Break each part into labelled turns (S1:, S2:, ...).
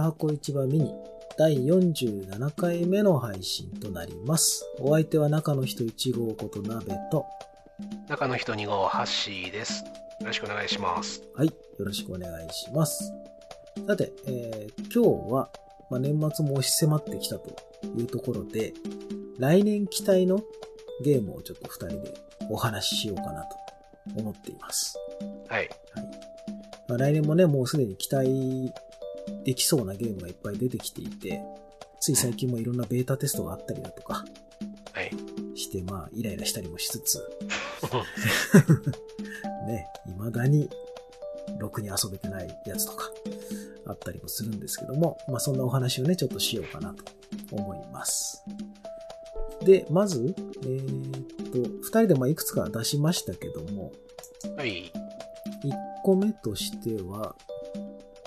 S1: 箱市場ミニ第47回目の配信となります。お相手は中の人1号こと鍋と、
S2: 中の人2号、ハッシーです。よろしくお願いします。
S1: はい、よろしくお願いします。さて、えー今日は、まあ、年末も押し迫ってきたというところで、来年期待のゲームをちょっと2人でお話ししようかなと思っています。
S2: はい。
S1: まあ、来年もね、もうすでに期待できそうなゲームがいっぱい出てきていて、つい最近もいろんなベータテストがあったりだとか
S2: はい。
S1: して、まあ、イライラしたりもしつ つ、ね、未だに、ろくに遊べてないやつとか、あったりもするんですけども、まあ、そんなお話をね、ちょっとしようかなと思います。で、まず、えーっと、二人でまあいくつか出しましたけども、
S2: はい。
S1: 一個目としては、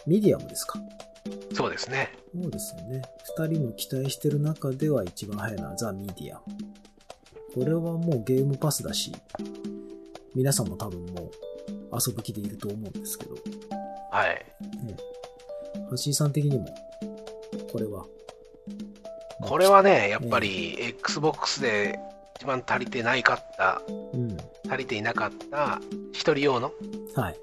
S1: ミディアムですか。
S2: そうですね。
S1: そうですよね。二人の期待してる中では一番早いのはザ・ミディアム。これはもうゲームパスだし、皆さんも多分もう遊ぶ気でいると思うんですけど、
S2: はい。
S1: 橋井さん的にも、これは。
S2: これはね、やっぱり Xbox で一番足りてないかった、
S1: うん。
S2: 足りていなかった、一人用の
S1: はい。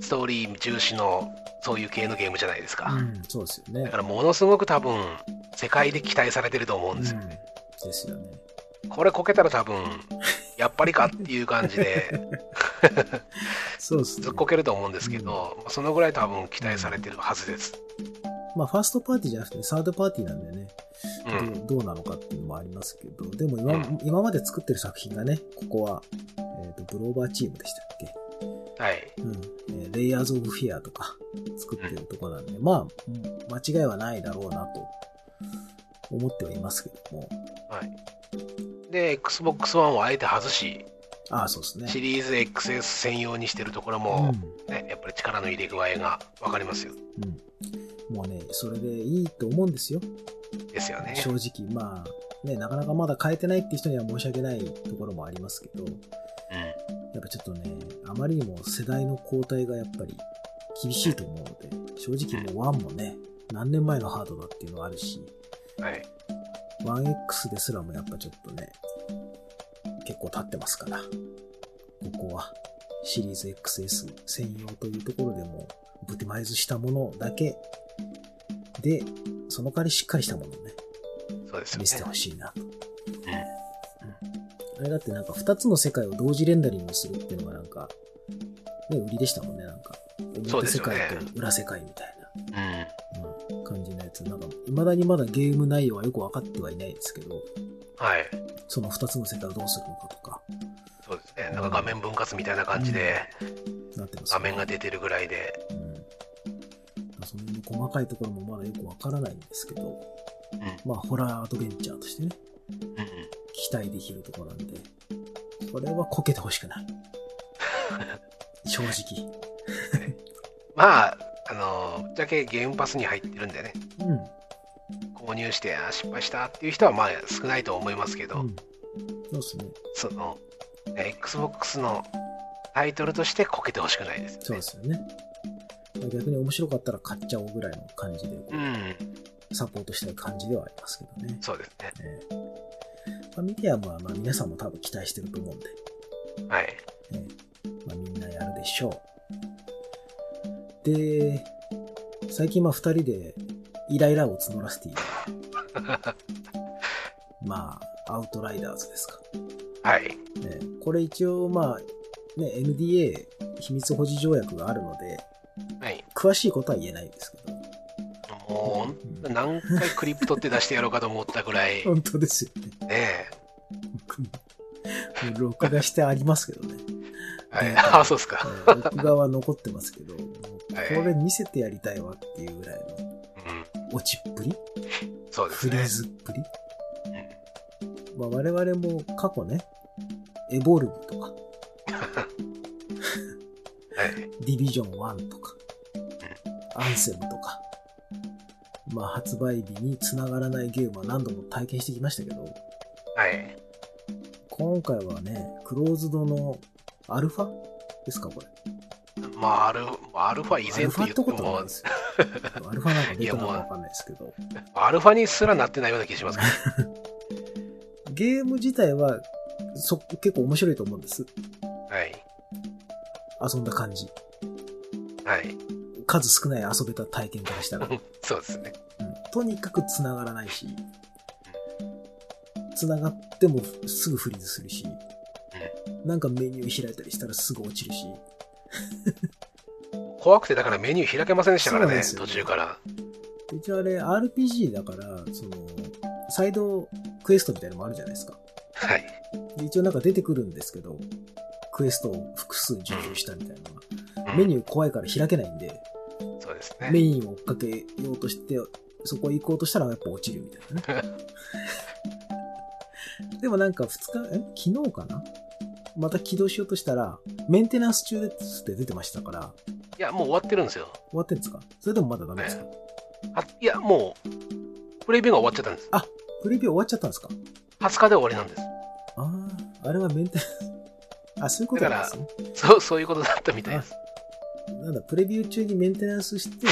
S2: ストーリー重視の、そういう系のゲームじゃないですか。
S1: うん、そうですよね
S2: だか。らものすごく多分、世界で期待されてると思う
S1: うんん
S2: ですよね。
S1: ですよね。
S2: これこけたら多分、やっぱりかっていう感じで、
S1: そうですね
S2: ずっ。こけると思うんですけど、そのぐらい多分期待されてるはずです。
S1: まあ、ファーストパーティーじゃなくて、サードパーティーなんでね、
S2: うん。
S1: どうどうなのかっていうのもありますけど、でも今,、
S2: うん
S1: 今まで作ってる作品がね、ここは、えっ、と、ブローバーチームでしたっけ
S2: はい。
S1: うんえーレイヤーズ・オブ・フィアとか作ってるとこなんで、まあ、間違いはないだろうなと思ってはいますけども。
S2: で、Xbox One をあえて外し、
S1: ああ、そうですね。
S2: シリーズ XS 専用にしてるところも、ねやっぱり力の入れ具合が分かりますよ。
S1: うん。うん。もうね、それでいいと思うんですよ。
S2: ですよね。
S1: 正直、まあ、ね、なかなかまだ変えてないって人には申し訳ないところもありますけど、
S2: う
S1: やっぱちょっとね、あまりにも世代の交代がやっぱり厳しいと思うので、正直もう1もね、何年前のハードだっていうのはあるし、
S2: ん。はい。
S1: 1X ですらもやっぱちょっとね、結構経ってますから、ここはシリーズ XS 専用というところでも、ブティマイズしたものだけで、その代わりしっかりしたものをね、
S2: そうですよ
S1: 見せて
S2: ね。
S1: ほしいなと。あれだってなんか2つの世界を同時レンダリングするっていうのがなんか、ね、売りでしたもんね、なんか。
S2: そ
S1: 表
S2: うです
S1: 世
S2: よね
S1: 界と裏世界みたいな。
S2: うん。
S1: うん感じのやつ。なんか、未だにまだゲーム内容はよく分かってはいないですけど、
S2: はい。
S1: その2つの世界をどうするのかとか、
S2: そうですね。なんか画面分割みたいな感じで、
S1: なってます
S2: 画
S1: よ
S2: 面が出てるぐらいで、
S1: うん。その辺の細かいところもまだよくわからないんですけど、
S2: うん。うん
S1: まあ、ホラーアドベンチャーとしてね、
S2: うん。
S1: 期待できるところなんで、これはこけてほしく ない。正直。
S2: まあ、あの、ぶっちゃけゲームパスに入ってるんでね、
S1: うん。
S2: 購入して、あ失敗したっていう人はまあ少ないと思いますけど、
S1: うん。そうですね。
S2: その、ね Xbox のタイトルとしてこけてほしくないですよね。
S1: そうですよね。逆に面白かったら買っちゃおうぐらいの感じで、こう
S2: うん。
S1: サポートしたい感じではありますけどね。
S2: そうですね。
S1: ええまあ、ミディアムはまあ皆さんも多分期待してると思うんで、
S2: はい。
S1: ええまあ、みんなやるでしょう。で、最近まあ2人でイライラを募らせている。まあ、アウトライダーズですか。
S2: はい。
S1: ええこれ一応まあ、ね、NDA 秘密保持条約があるので、
S2: はい。
S1: 詳しいことは言えないですけど。
S2: もう、
S1: うん
S2: 何回クリプトって出してやろうかと思ったぐ らい、ね
S1: 本当ですよね。
S2: え。
S1: 僕も録画してありますけどね。
S2: はい、
S1: ね
S2: ああ、そうですか。
S1: えー録画は残ってますけど、もうこれ見せてやりたいわっていうぐらいの
S2: うん、
S1: 落ちっぷり、
S2: そうです
S1: フレ
S2: ね
S1: ー。ズっぷり。まあ、我々も過去ね、エボルブとか、
S2: はい、
S1: ディビジョン1とか、アンセムとか、まあ発売日に繋がらないゲームは何度も体験してきましたけど、
S2: はい、
S1: 今回はね、クローズドのアルファですかこれ。
S2: まあ、アルアルファ以
S1: ア
S2: 前
S1: ル
S2: と
S1: ファ
S2: 言
S1: っ
S2: ってて
S1: ことなん
S2: も
S1: で、すよ。アルファなんか出たのかわかんないですけど。
S2: アルファにすらなってないような気がしますけど。
S1: ゲーム自体はそ結構面白いと思うんです。
S2: はい。
S1: 遊んだ感じ。
S2: はい。
S1: 数少ない遊べた体験からしたら。うん
S2: そうですね。
S1: とにかく繋がらないし、繋がってもすぐフリーズするし、なんかメニュー開いたりしたらすぐ落ちるし、
S2: 怖くて、だからメニュー開けませんでしたから
S1: そうなん
S2: ね、
S1: ですよ
S2: 途中から。
S1: 一応あれ RPG だから、その、サイドクエストみたいなのもあるじゃないですか。
S2: はい。
S1: で一応なんか出てくるんですけど、クエストを複数受注したみたいなのが。
S2: うん
S1: メニュー怖いから開けないんで、
S2: そうです
S1: メ
S2: ね。
S1: インを追っかけようとして、そこへ行こうとしたらやっぱ落ちるみたいなね。でもなんか2日、え昨日かなまた起動しようとしたら、メンテナンス中ですって出てましたから、
S2: いや、もう終わってるんですよ。
S1: 終わってんですかそれでもまだダメですか
S2: あいや、もう、プレビューが終わっちゃったんです。
S1: プレビュー終わっちゃったんですか
S2: 20日で終わりなんです。
S1: ああ、あれはメンテ ナンス、あ、そういうことなんですね。
S2: そう、 そういうことだったみたいです。
S1: なんだ、プレビュー中にメンテナンスして、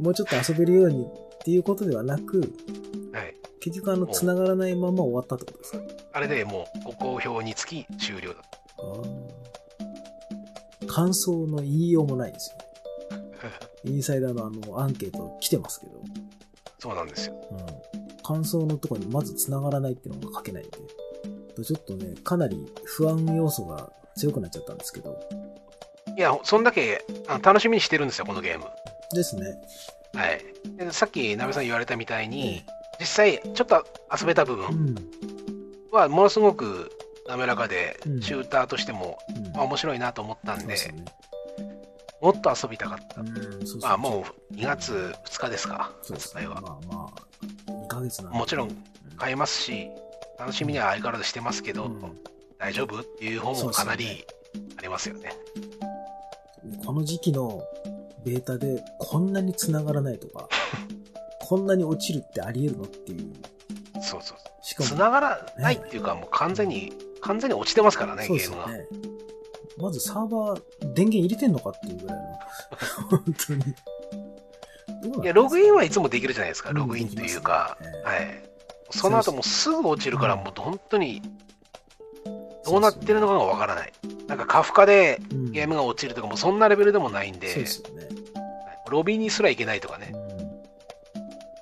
S1: もうちょっと遊べるようにっていうことではなく、
S2: はい。
S1: 結局あの、繋がらないまま終わったってことですか
S2: あれでもう、ご好評につき終了だ った。
S1: あー感想の言いようもないですよね。インサイダーのあのアンケート来てますけど、
S2: そうなんですよ。
S1: うん、感想のとこにまず繋がらないっていうのが書けないんで、ちょっとね、かなり不安要素が強くなっちゃったんですけど、
S2: いや、そんだけあの楽しみにしてるんですよ、このゲーム。
S1: ですね。
S2: はい。でさっき、なべさん言われたみたいに、実際、ちょっと遊べた部
S1: う
S2: 分
S1: ん。
S2: は、ものすごく滑らかで
S1: う、ん
S2: シューターとしても、
S1: うん
S2: まあ、面白いなと思ったん
S1: そう
S2: で、
S1: すよね。
S2: もっと遊びたかった
S1: う。ん、そう
S2: まあ、もう2月2日ですか、
S1: そうです
S2: 発
S1: ね。
S2: 売
S1: まあ
S2: は。
S1: まあ、2ヶ月なんで
S2: もちろん
S1: い。
S2: 買えますし、楽しみには相変わらずしてますけど、
S1: うん
S2: 大丈夫っていう方
S1: そう
S2: も
S1: です
S2: か
S1: よね
S2: なりありますよね。
S1: この時期のベータでこんなに繋がらないと か、こんなに落ちるってあり得るのっていう。
S2: そうそう
S1: しかも、
S2: つながらないっていうか、もう完全に、完全に落ちてますからね、
S1: そうで
S2: ゲ
S1: す
S2: ーム
S1: よ
S2: が。
S1: ね。まずサーバー電源入れてんのかっていうぐらいの、本当に。どうなんですか
S2: いや、ログインはいつもできるじゃないですか、
S1: うん
S2: ログインというか
S1: できますね、
S2: はい。その後もうすぐ落ちるから、
S1: うん
S2: もう本当にどうなってるのかがわからない。なんかカフカでゲームが落ちるとか、もうそんなレベルでもないん
S1: そうで
S2: で、
S1: すよね。
S2: ロビーにすら行けないとかね。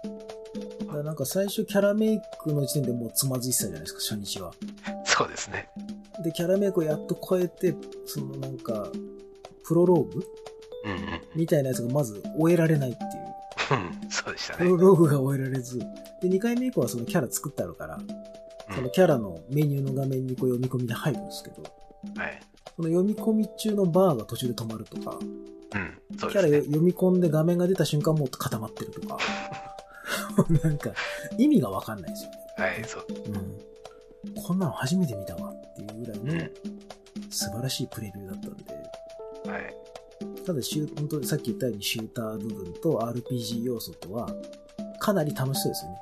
S1: うんだからなんか最初キャラメイクの時点でもうつまずいてたじゃないですか、初日は。
S2: そうですね。
S1: で、キャラメイクをやっと超えて、そのなんか、プロローグ
S2: うんうん。
S1: みたいなやつがまず終えられないっていう。
S2: うんそうでした
S1: プ
S2: ね
S1: ロ。ローグが終えられず。で、2回目以降はそのキャラ作ってあるから、
S2: うん
S1: そのキャラのメニューの画面にこう読み込みで入るんですけど、
S2: はい。
S1: その読み込み中のバーが途中で止まるとか、
S2: うん、そう
S1: キャ
S2: で
S1: ラ
S2: すね。
S1: 読み込んで画面が出た瞬間もう固まってるとか、 なんか意味がわかんないですよね。
S2: はい、そう。
S1: うん、こんなの初めて見たわっていうぐらいうの素晴らしいプレビューだったんで、
S2: ん。はい。
S1: ただシュー、本当にさっき言ったようにシューター部分と RPG 要素とは、かなり楽しそうですよね。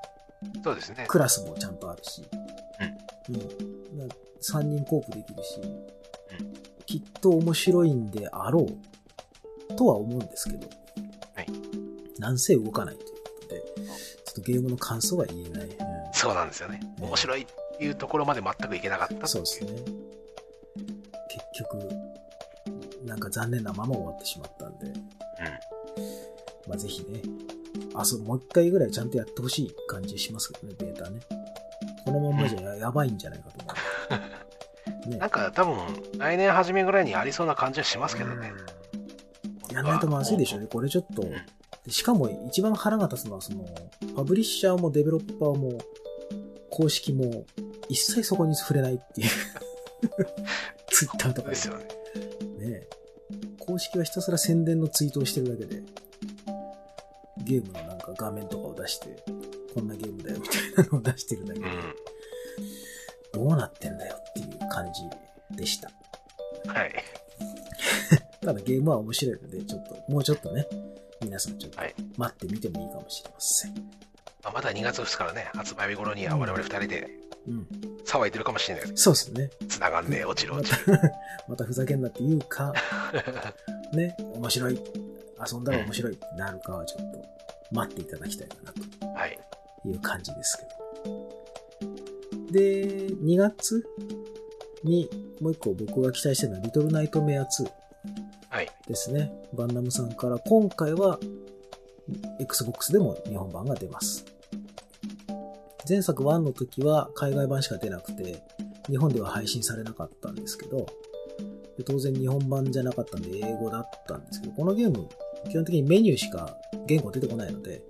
S2: そうですね。
S1: クラスもちゃんとあるし、うんな3人コープできるし、きっと面白いんであろうとは思うんですけど、
S2: はい
S1: なんせ動かないということで、ちょっとゲームの感想は言えない。うん
S2: そうなんですよね。
S1: うん
S2: 面白いっていうところまで全くいけなかったってい
S1: そうですね。結局、なんか残念なまま終わってしまったんで、まあぜひね、あ、そう、もう一回ぐらいちゃんとやってほしい感じしますけどね、ベータね。このまんまじゃや,、ばいんじゃないかと思う。
S2: う
S1: ね
S2: ん。なんか多分、来年初めぐらいにありそうな感じはしますけどね。
S1: うんやんないとまずいでしょうね、これちょっと。でしかも一番腹が立つのは、その、パブリッシャーもデベロッパーも、公式も、一切そこに触れないって いう。ツイッターとか
S2: そうで
S1: です
S2: よね。
S1: ね公式はひたすら宣伝のツイートをしてるだけで、ゲームのなんか画面とかを出して、こんなゲームだよみたいなのを出してるだけ
S2: う
S1: で、
S2: ん。
S1: どうなってんだよっていう感じでした。
S2: はい。
S1: ただゲームは面白いので、ちょっと、もうちょっとね、皆さんちょっと
S2: はい
S1: 待ってみてもいいかもしれません。
S2: まあ、まだ2月2日からね、発売日頃には我々2人で
S1: うん。
S2: 騒いでるかもしれないです
S1: そうですね。
S2: けど、繋がんねえ、落ちる
S1: ま
S2: 落ち
S1: た
S2: る。、
S1: またふざけんなっていうか、ね、面白い、遊んだら面白いってなるかはちょっと待っていただきたいかなと
S2: はい。
S1: いう感じですけど。で、2月にもう一個僕が期待してるのはリトルナイトメア2
S2: はい。
S1: ですね。バンナムさんから今回は Xbox でも日本版が出ます。前作1の時は海外版しか出なくて、日本では配信されなかったんですけど、で当然日本版じゃなかったんで英語だったんですけど、このゲーム、基本的にメニューしか言語出てこないので、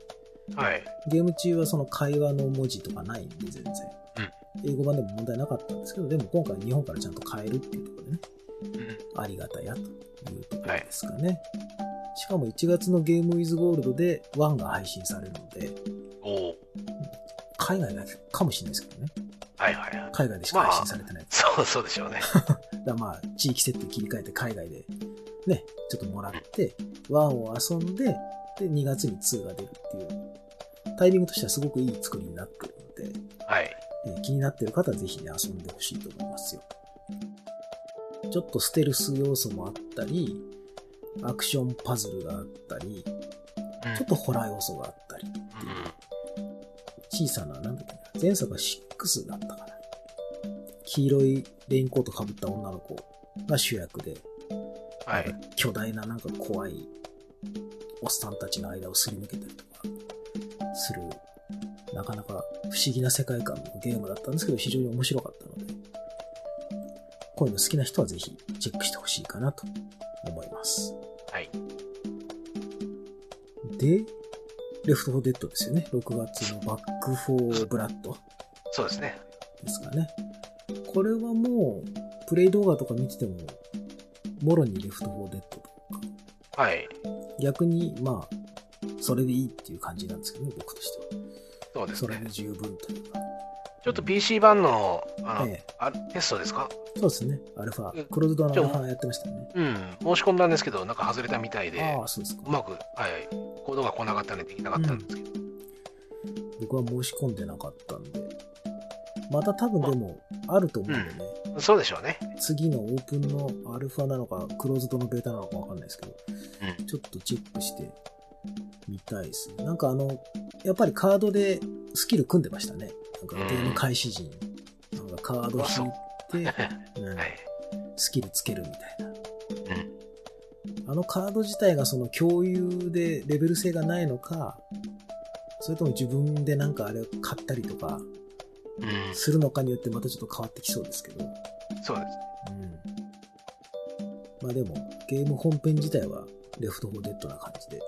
S2: はい。
S1: ゲーム中はその会話の文字とかないんで全然。英語版でも問題なかったんですけど、でも今回日本からちゃんと変えるっていうところでね、
S2: うん
S1: ありがたやというところですかね。しかも1月のゲームウィズゴールドで1が配信されるので、
S2: おー
S1: 海外だけかもしれないですけどね。
S2: はいはいはい。
S1: 海外でしか配信されてない。
S2: そうそうでしょうね。
S1: だからまあ、地域設定切り替えて海外でね、ちょっともらって、1を遊んで、で、2月に2が出るっていう、タイミングとしてはすごくいい作りになってるので、
S2: はい。
S1: えー気になってる方はぜひね、遊んでほしいと思いますよ。ちょっとステルス要素もあったり、アクションパズルがあったり、
S2: うん
S1: ちょっとホラー要素があったり、小さな、なんだっけな、前作は6だったかな。黄色いレインコートかぶった女の子が主役で、
S2: は
S1: ないん。か巨大ななんか怖いおっさんたちの間をすり抜けたりとかする、なかなか不思議な世界観のゲームだったんですけど、非常に面白かったので、こういうの好きな人はぜひチェックしてほしいかなと思います。
S2: はい。
S1: で、レフト・フォー・デッドですよね。6月のバック・フォー・ブラッド
S2: そうですね。
S1: ですかね。これはもう、プレイ動画とか見てても、もろにレフト・フォー・デッドとか、
S2: はい。
S1: 逆にまあそれでいいっていう感じなんですけどね僕としては
S2: そうです
S1: それ
S2: ね
S1: で。十分というか、
S2: ちょっと PC 版の、 あの、
S1: ええ
S2: あテストですか
S1: そうですねアルフ
S2: うん
S1: ァクローズドアのアルファやってましたよね
S2: うん。申し込んだんですけど、なんか外れたみたいで
S1: あ、あそうです
S2: う
S1: か
S2: まく、はいはい。コードが来なかったんでできなかったんですけど。
S1: 僕は申し込んでなかったんでまた多分でもあると思うんでね、
S2: そうでしょうね。
S1: 次のオープンのアルファなのかクローズドのベータなのかわかんないですけど、
S2: う
S1: ちょっとチェックしてみたいですねなんかあのやっぱりカードでスキル組んでましたねなんかゲーム開始時になんかカード引いて、うん
S2: はい。
S1: スキルつけるみたいな
S2: うん。
S1: あのカード自体がその共有でレベル性がないのか、それとも自分でなんかあれを買ったりとか
S2: うん。
S1: するのかによってまたちょっと変わってきそうですけど。
S2: そうで
S1: う
S2: す。
S1: ん。まあでも、ゲーム本編自体はレフト・フォー・デッドな感じで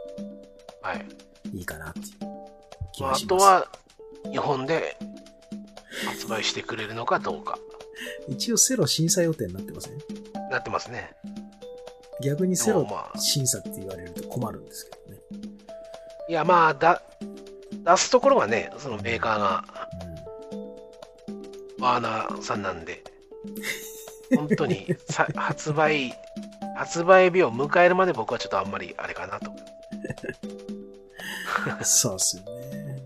S2: はい。
S1: いいかなっていう気
S2: ま
S1: が
S2: あ、あ
S1: し
S2: と
S1: ます。
S2: は、日本で発売してくれるのかどうか、
S1: 一応セロ審査予定になってません
S2: なってますね。
S1: 逆にセ
S2: で
S1: ロ
S2: もまあ
S1: 審査って言われると困るんですけどね。
S2: いや、まあ、だ、出すところはね、そのメーカーが、ワーナーさんな んで、本当にさ発売、発売日を迎えるまで僕はちょっとあんまりあれかなと。
S1: うん。そうっすよね。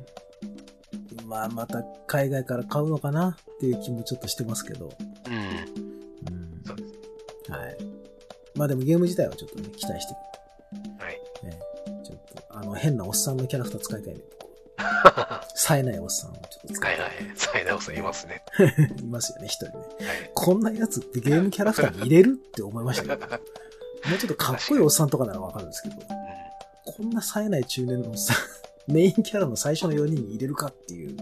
S1: まあまた海外から買うのかなっていう気もちょっとしてますけど。
S2: うん、
S1: うん
S2: そうです。
S1: はい。まあでもゲーム自体はちょっとね、期待して
S2: はい。
S1: る。ね、ちょっと、あの、変なおっさんのキャラクター使いたいね。冴えないおっさんをちょっと使
S2: はいい
S1: た。
S2: はいい。最大さんいますね。
S1: いますよね、一人ね。
S2: はい。
S1: こんなやつってゲームキャラクターに入れるって思いましたけど、もうちょっとかっこいいおっさんとかならわかるんですけど、
S2: う
S1: こんな冴えない中年のおっさん、 メインキャラの最初の4人に入れるかっていう、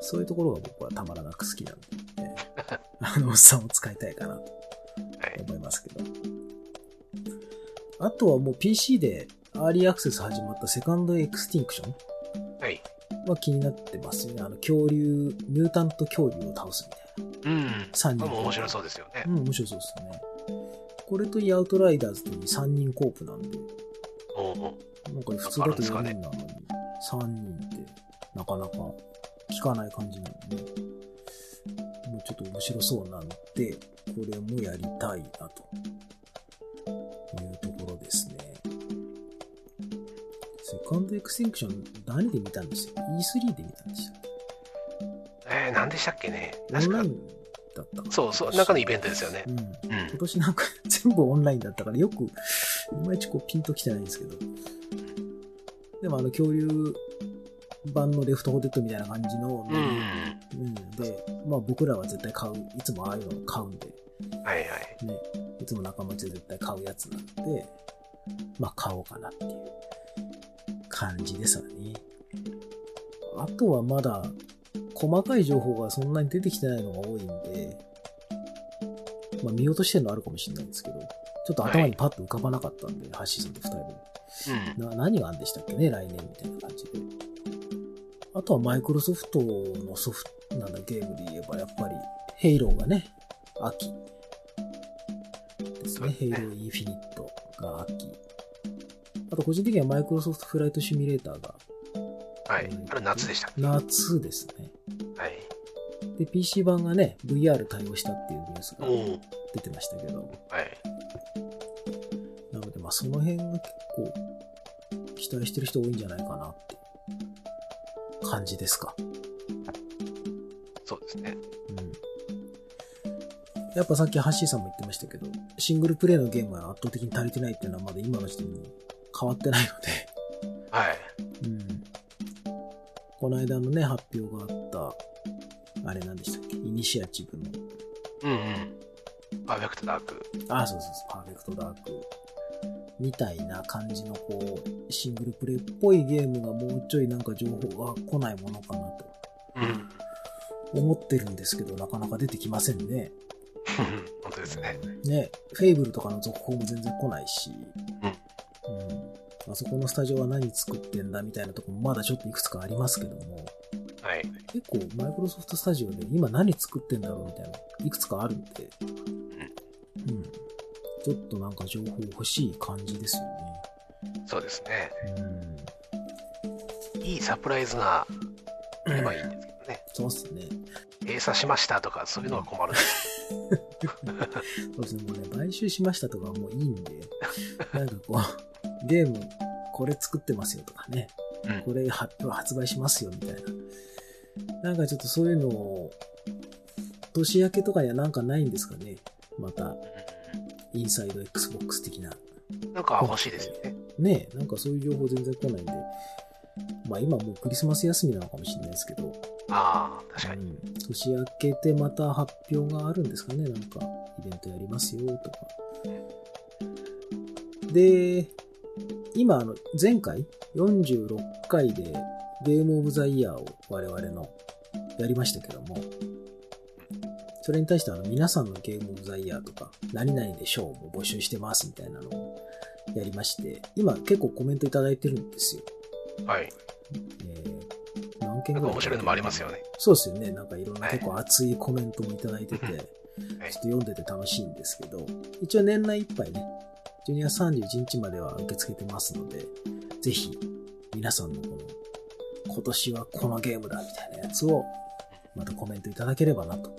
S1: そういうところが僕はたまらなく好きなんで、ね あのおっさんを使いたいかなと
S2: んはい。
S1: 思いますけど。あとはもう PC でアーリーアクセス始まったセカンドエクスティンクション
S2: はい。
S1: は気になってますよね。あの恐竜、ミュータント恐竜を倒すみたいな。
S2: うん。
S1: 3人。
S2: これも面白そうですよね
S1: う。。ん、面白そうですね。これとイアウトライダーズという3人コープなんで、
S2: おうおう
S1: なんか普通だと4人なのに、3人ってなかなか聞かない感じなんで、もうちょっと面白そうなんで、これもやりたいなというところですね。セカンドエクステンクション何で見たんでしたっけ ?E3 で見たんでしたっ
S2: えー、何でしたっけね。
S1: けオ
S2: 確
S1: ン
S2: か
S1: ライ。ンだったかな
S2: そうそう、中のイベントですよね
S1: う。ん。
S2: うん
S1: 今。年なんか全部オンラインだったからよくいまいちこうピンときてないんですけど。でもあの恐竜版のレフトホテッドみたいな感じの、
S2: う
S1: う
S2: ん。
S1: んで、まあ僕らは絶対買う、いつもああいうの買うんで、
S2: はいはい。
S1: ね、いつも仲間内で絶対買うやつなんで、まあ買おうかなっていう感じですわね。あとはまだ細かい情報がそんなに出てきてないのが多いんで、まあ見落としてるのあるかもしれないんですけど、ちょっと頭にパッと浮かばなかったんで、ハッシーさんと二人で。
S2: うん。
S1: な何があんでしたっけね、来年みたいな感じで。あとはマイクロソフトのソフト、なんだ、ゲームで言えばやっぱり、ヘイローがね、秋。です
S2: そう
S1: ね、
S2: です
S1: ヘイ
S2: ね
S1: ローインフィニットが秋。あと個人的にはマイクロソフトフライトシミュレーターが
S2: はい。あれ夏でした。
S1: 夏ですね。
S2: はい。
S1: で、PC 版がね、VR 対応したっていうニュースが
S2: おお。
S1: 出てましたけど、
S2: はい。
S1: なので、まあ、その辺が結構、期待してる人多いんじゃないかなって感じですか。
S2: そうですね。
S1: うんやっぱさっきハッシーさんも言ってましたけど、シングルプレイのゲームは圧倒的に足りてないっていうのはまだ今の時点に変わってない
S2: はい。
S1: ので、うん、この間のね、発表があった、あれなんでしたっけ、イニシアチブの、
S2: うんうん。パーフェクトダーク。
S1: あ、そうそうそう、パーフェクトダークみたいな感じのこう、シングルプレイっぽいゲームがもうちょいなんか情報が来ないものかなと
S2: うん。
S1: 思ってるんですけど、なかなか出てきませんね。
S2: 本当ですね。
S1: ね、フェイブルとかの続報も全然来ないし、うんあそこのスタジオは何作ってんだみたいなとこもまだちょっといくつかありますけども、
S2: はい。
S1: 結構マイクロソフトスタジオで今何作ってんだろうみたいな、いくつかあるんで、うん、ちょっとなんか情報欲しい感じですよ
S2: そうですね。
S1: ね。
S2: いいサプライズがあればいいんですけどね。
S1: そうっすね。
S2: 閉鎖しましたとか、そういうのは困るんです
S1: そうですね、もうね、買収しましたとかはもういい んで、なんかこう、ゲーム、これ作ってますよとかね、
S2: うん
S1: これ発表発売しますよみたいな。なんかちょっとそういうのを、年明けとかにはなんかないんですかね。また、インサイド XBOX 的な。
S2: けどなんか欲しいですよね。
S1: ねえ、なんかそういう情報全然来ないんで、まあ今もうクリスマス休みなのかもしれないですけど、
S2: ああ、確かに。
S1: うん年明けてまた発表があるんですかね、なんか、イベントやりますよとか。で、今、あの、前回、46回でゲームオブザイヤーを我々のやりましたけども、それに対してあの皆さんのゲームオブザイヤーとか、何々で賞も募集してますみたいなのをやりまして、今結構コメントいただいてるんですよ。
S2: はい。
S1: えー何件
S2: な
S1: ぐ
S2: ん
S1: ら
S2: か
S1: い
S2: 面白いのもありますよね。
S1: そうですよね。なんかいろんな
S2: はい
S1: 結構熱いコメントもいただいてて、ちょっと読んでて楽しいんですけど、一応年内いっぱいね、12月31日までは受け付けてますので、ぜひ皆さんのこの、今年はこのゲームだみたいなやつを、またコメントいただければなと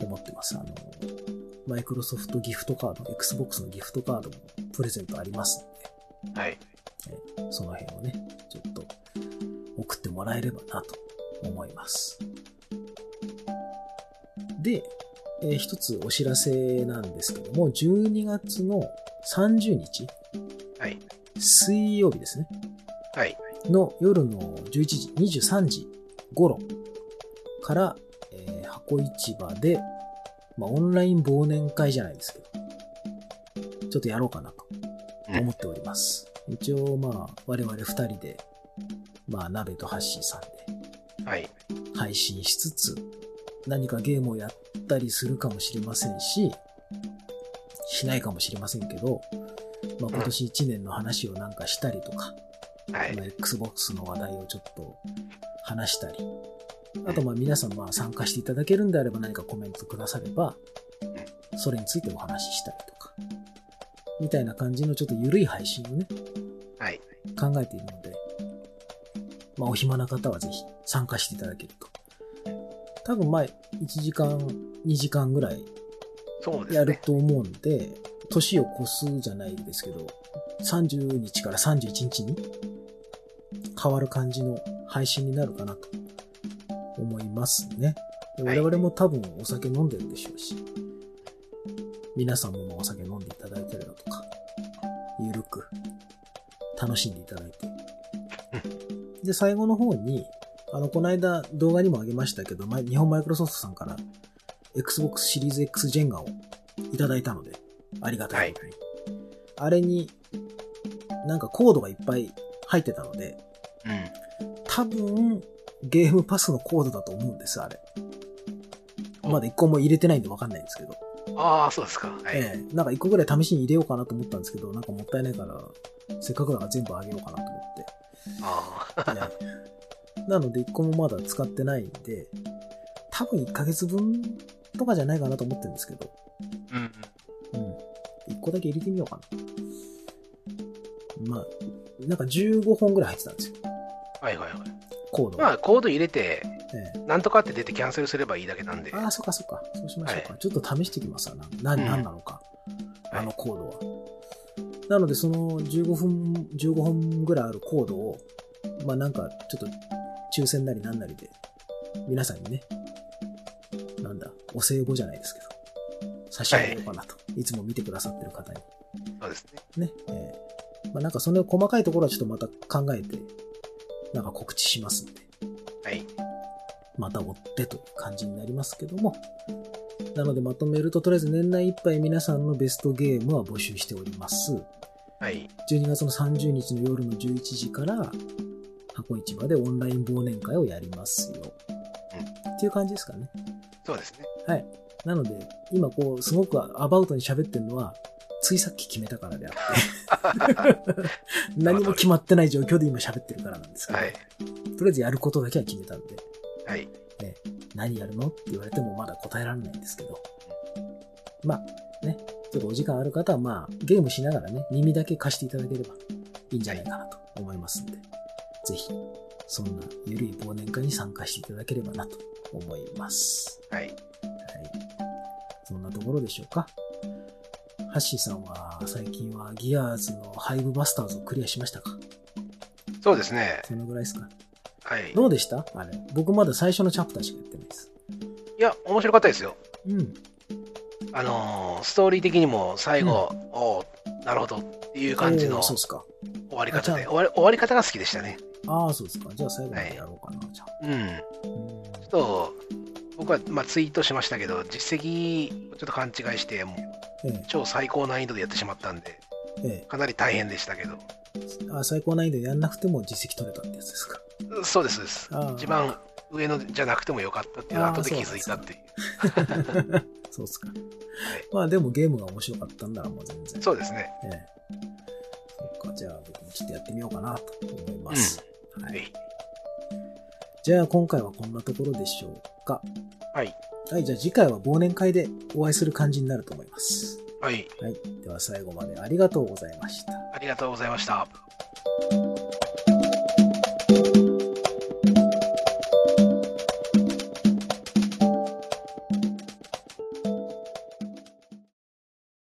S1: 思ってます。あの、マイクロソフトギフトカード、Xbox のギフトカードもプレゼントあります
S2: はい。
S1: ので、その辺をね、ちょっと送ってもらえればなと思います。で、えー一つお知らせなんですけども、12月の30日、
S2: はい。
S1: 水曜日ですね、
S2: はい。
S1: の夜の11時、23時頃から、えー箱市場で、まあ、オンライン忘年会じゃないですけど、ちょっとやろうかなと
S2: うん
S1: 思っております。一応、まあ、我々二人で、まあ、鍋とハッシーさんで、
S2: はい。
S1: 配信しつつ、何かゲームをやったりするかもしれませんし、しないかもしれませんけど、まあ、今年1年の話をなんかしたりとか、
S2: はい
S1: ま。あ Xbox の話題をちょっと話したり、あとまあ皆さんまあ参加していただけるんであれば何かコメントくだされば、それについてお話ししたりとか、みたいな感じのちょっと緩い配信をね、
S2: はい。
S1: 考えているので、まあ、お暇な方はぜひ参加していただけると。多分、まあ、1時間、2時間ぐらい
S2: そうで
S1: や
S2: す
S1: る
S2: ね。
S1: と思うんで、年を越すじゃないですけど、30日から31日に変わる感じの配信になるかなと思いますね。で
S2: は
S1: 我
S2: い
S1: 々も多分お酒飲んでるでしょうし、皆さんもまあお酒飲んでいただいたりだとか、ゆるく楽しんでいただいて。で、最後の方に、あの、この間動画にもあげましたけど、ま日本マイクロソフトさんから Xbox シリーズ X ジェンガをいただいたので、ありがたいことに。あれに、なんかコードがいっぱい入ってたので、
S2: うん。
S1: 多分ゲームパスのコードだと思うんです、あれ。
S2: お
S1: まだ1個も入れてないんでわかんないんですけど。
S2: ああ、そうですか。はい。
S1: ええ、なんか一個ぐらい試しに入れようかなと思ったんですけど、なんかもったいないから、せっかくだから全部あげようかなと思って。
S2: ああ。
S1: ええなので一個もまだ使ってないんで、多分1ヶ月分とかじゃないかなと思ってるんですけど、
S2: うんうん。
S1: うん。1個だけ入れてみようかな。まあ、なんか15本ぐらい入ってたんですよ、
S2: はいはいはい。
S1: コードが。
S2: まあ、コード入れて、
S1: ええ
S2: なんとかって出てキャンセルすればいいだけなんで。
S1: ああ、そっかそっか。そうしましょうか。ちょっと試してきますわな。な、
S2: うん
S1: なんなのか。
S2: はい
S1: あのコードは。なので、その15分、15本ぐらいあるコードを、まあなんか、ちょっと、抽選なりなんなりで、皆さんにね、なんだ、お歳暮じゃないですけど、差し上げようかなと。い、つも見てくださってる方に
S2: そうですね。
S1: ね。えーまあなんか、その細かいところはちょっとまた考えて、なんか告知しますんで。
S2: はい。
S1: また追ってという感じになりますけども。なのでまとめると、とりあえず年内いっぱい皆さんのベストゲームは募集しております。
S2: はい。
S1: 12月の30日の夜の11時から箱市場でオンライン忘年会をやりますよ。っていう感じですかね。
S2: そうですね。
S1: はい。なので、今こう、すごくアバウトに喋ってるのは、ついさっき決めたからであって、 何も決まってない状況で今喋ってるからなんですけど、
S2: はい。
S1: とりあえずやることだけは決めたんで、
S2: はい。
S1: 何やるのって言われてもまだ答えられないんですけど。まあ、ね、ちょっとお時間ある方は、まあ、ゲームしながらね、耳だけ貸していただければいいんじゃないかなと思いますんで、ぜひ、そんなゆるい忘年会に参加していただければなと思います。
S2: はい。
S1: はい。そんなところでしょうか。ハッシーさんは、最近はギアーズのハイブバスターズをクリアしましたか
S2: そうですね。
S1: そのぐらいですか
S2: はい。い
S1: どうでしたあれ。僕まだ最初のチャプターしかやってないです。
S2: や、面白かったですよ。
S1: うん。
S2: あのーストーリー的にも最後、おーなるほどっていう感じ
S1: お
S2: の
S1: ーそう
S2: 終
S1: っすか。
S2: わり方
S1: あじ
S2: で、
S1: ゃ
S2: 終わり終わり方が好きでしたね。
S1: ああ、そうですか。じゃあ最後までやろうかな、じゃあ。
S2: うん。
S1: うん
S2: と、僕は、まあ、ツイートしましたけど、実績をちょっと勘違いして、もう
S1: え
S2: 超最高難易度でやってしまったんで、
S1: え、え
S2: かなり大変でしたけど、
S1: え。あ最高難易度やんなくても実績取れたってやつです か。
S2: うんそうです、そうです。
S1: ああ
S2: 一番上のじゃなくてもよかったっていう、
S1: あー
S2: 後で気づいたっていう。
S1: そうですか。まあでもゲームが面白かったんならもう全然。
S2: そうですね。
S1: ええ。そっか、じゃあ僕もちょっとやってみようかなと思います。は
S2: ぜ
S1: い。
S2: ひ。
S1: じゃあ今回はこんなところでしょうか。
S2: はい。
S1: はい、じゃあ次回は忘年会でお会いする感じになると思います。
S2: はい。
S1: はい。では最後までありがとうございました。
S2: ありがとうございました。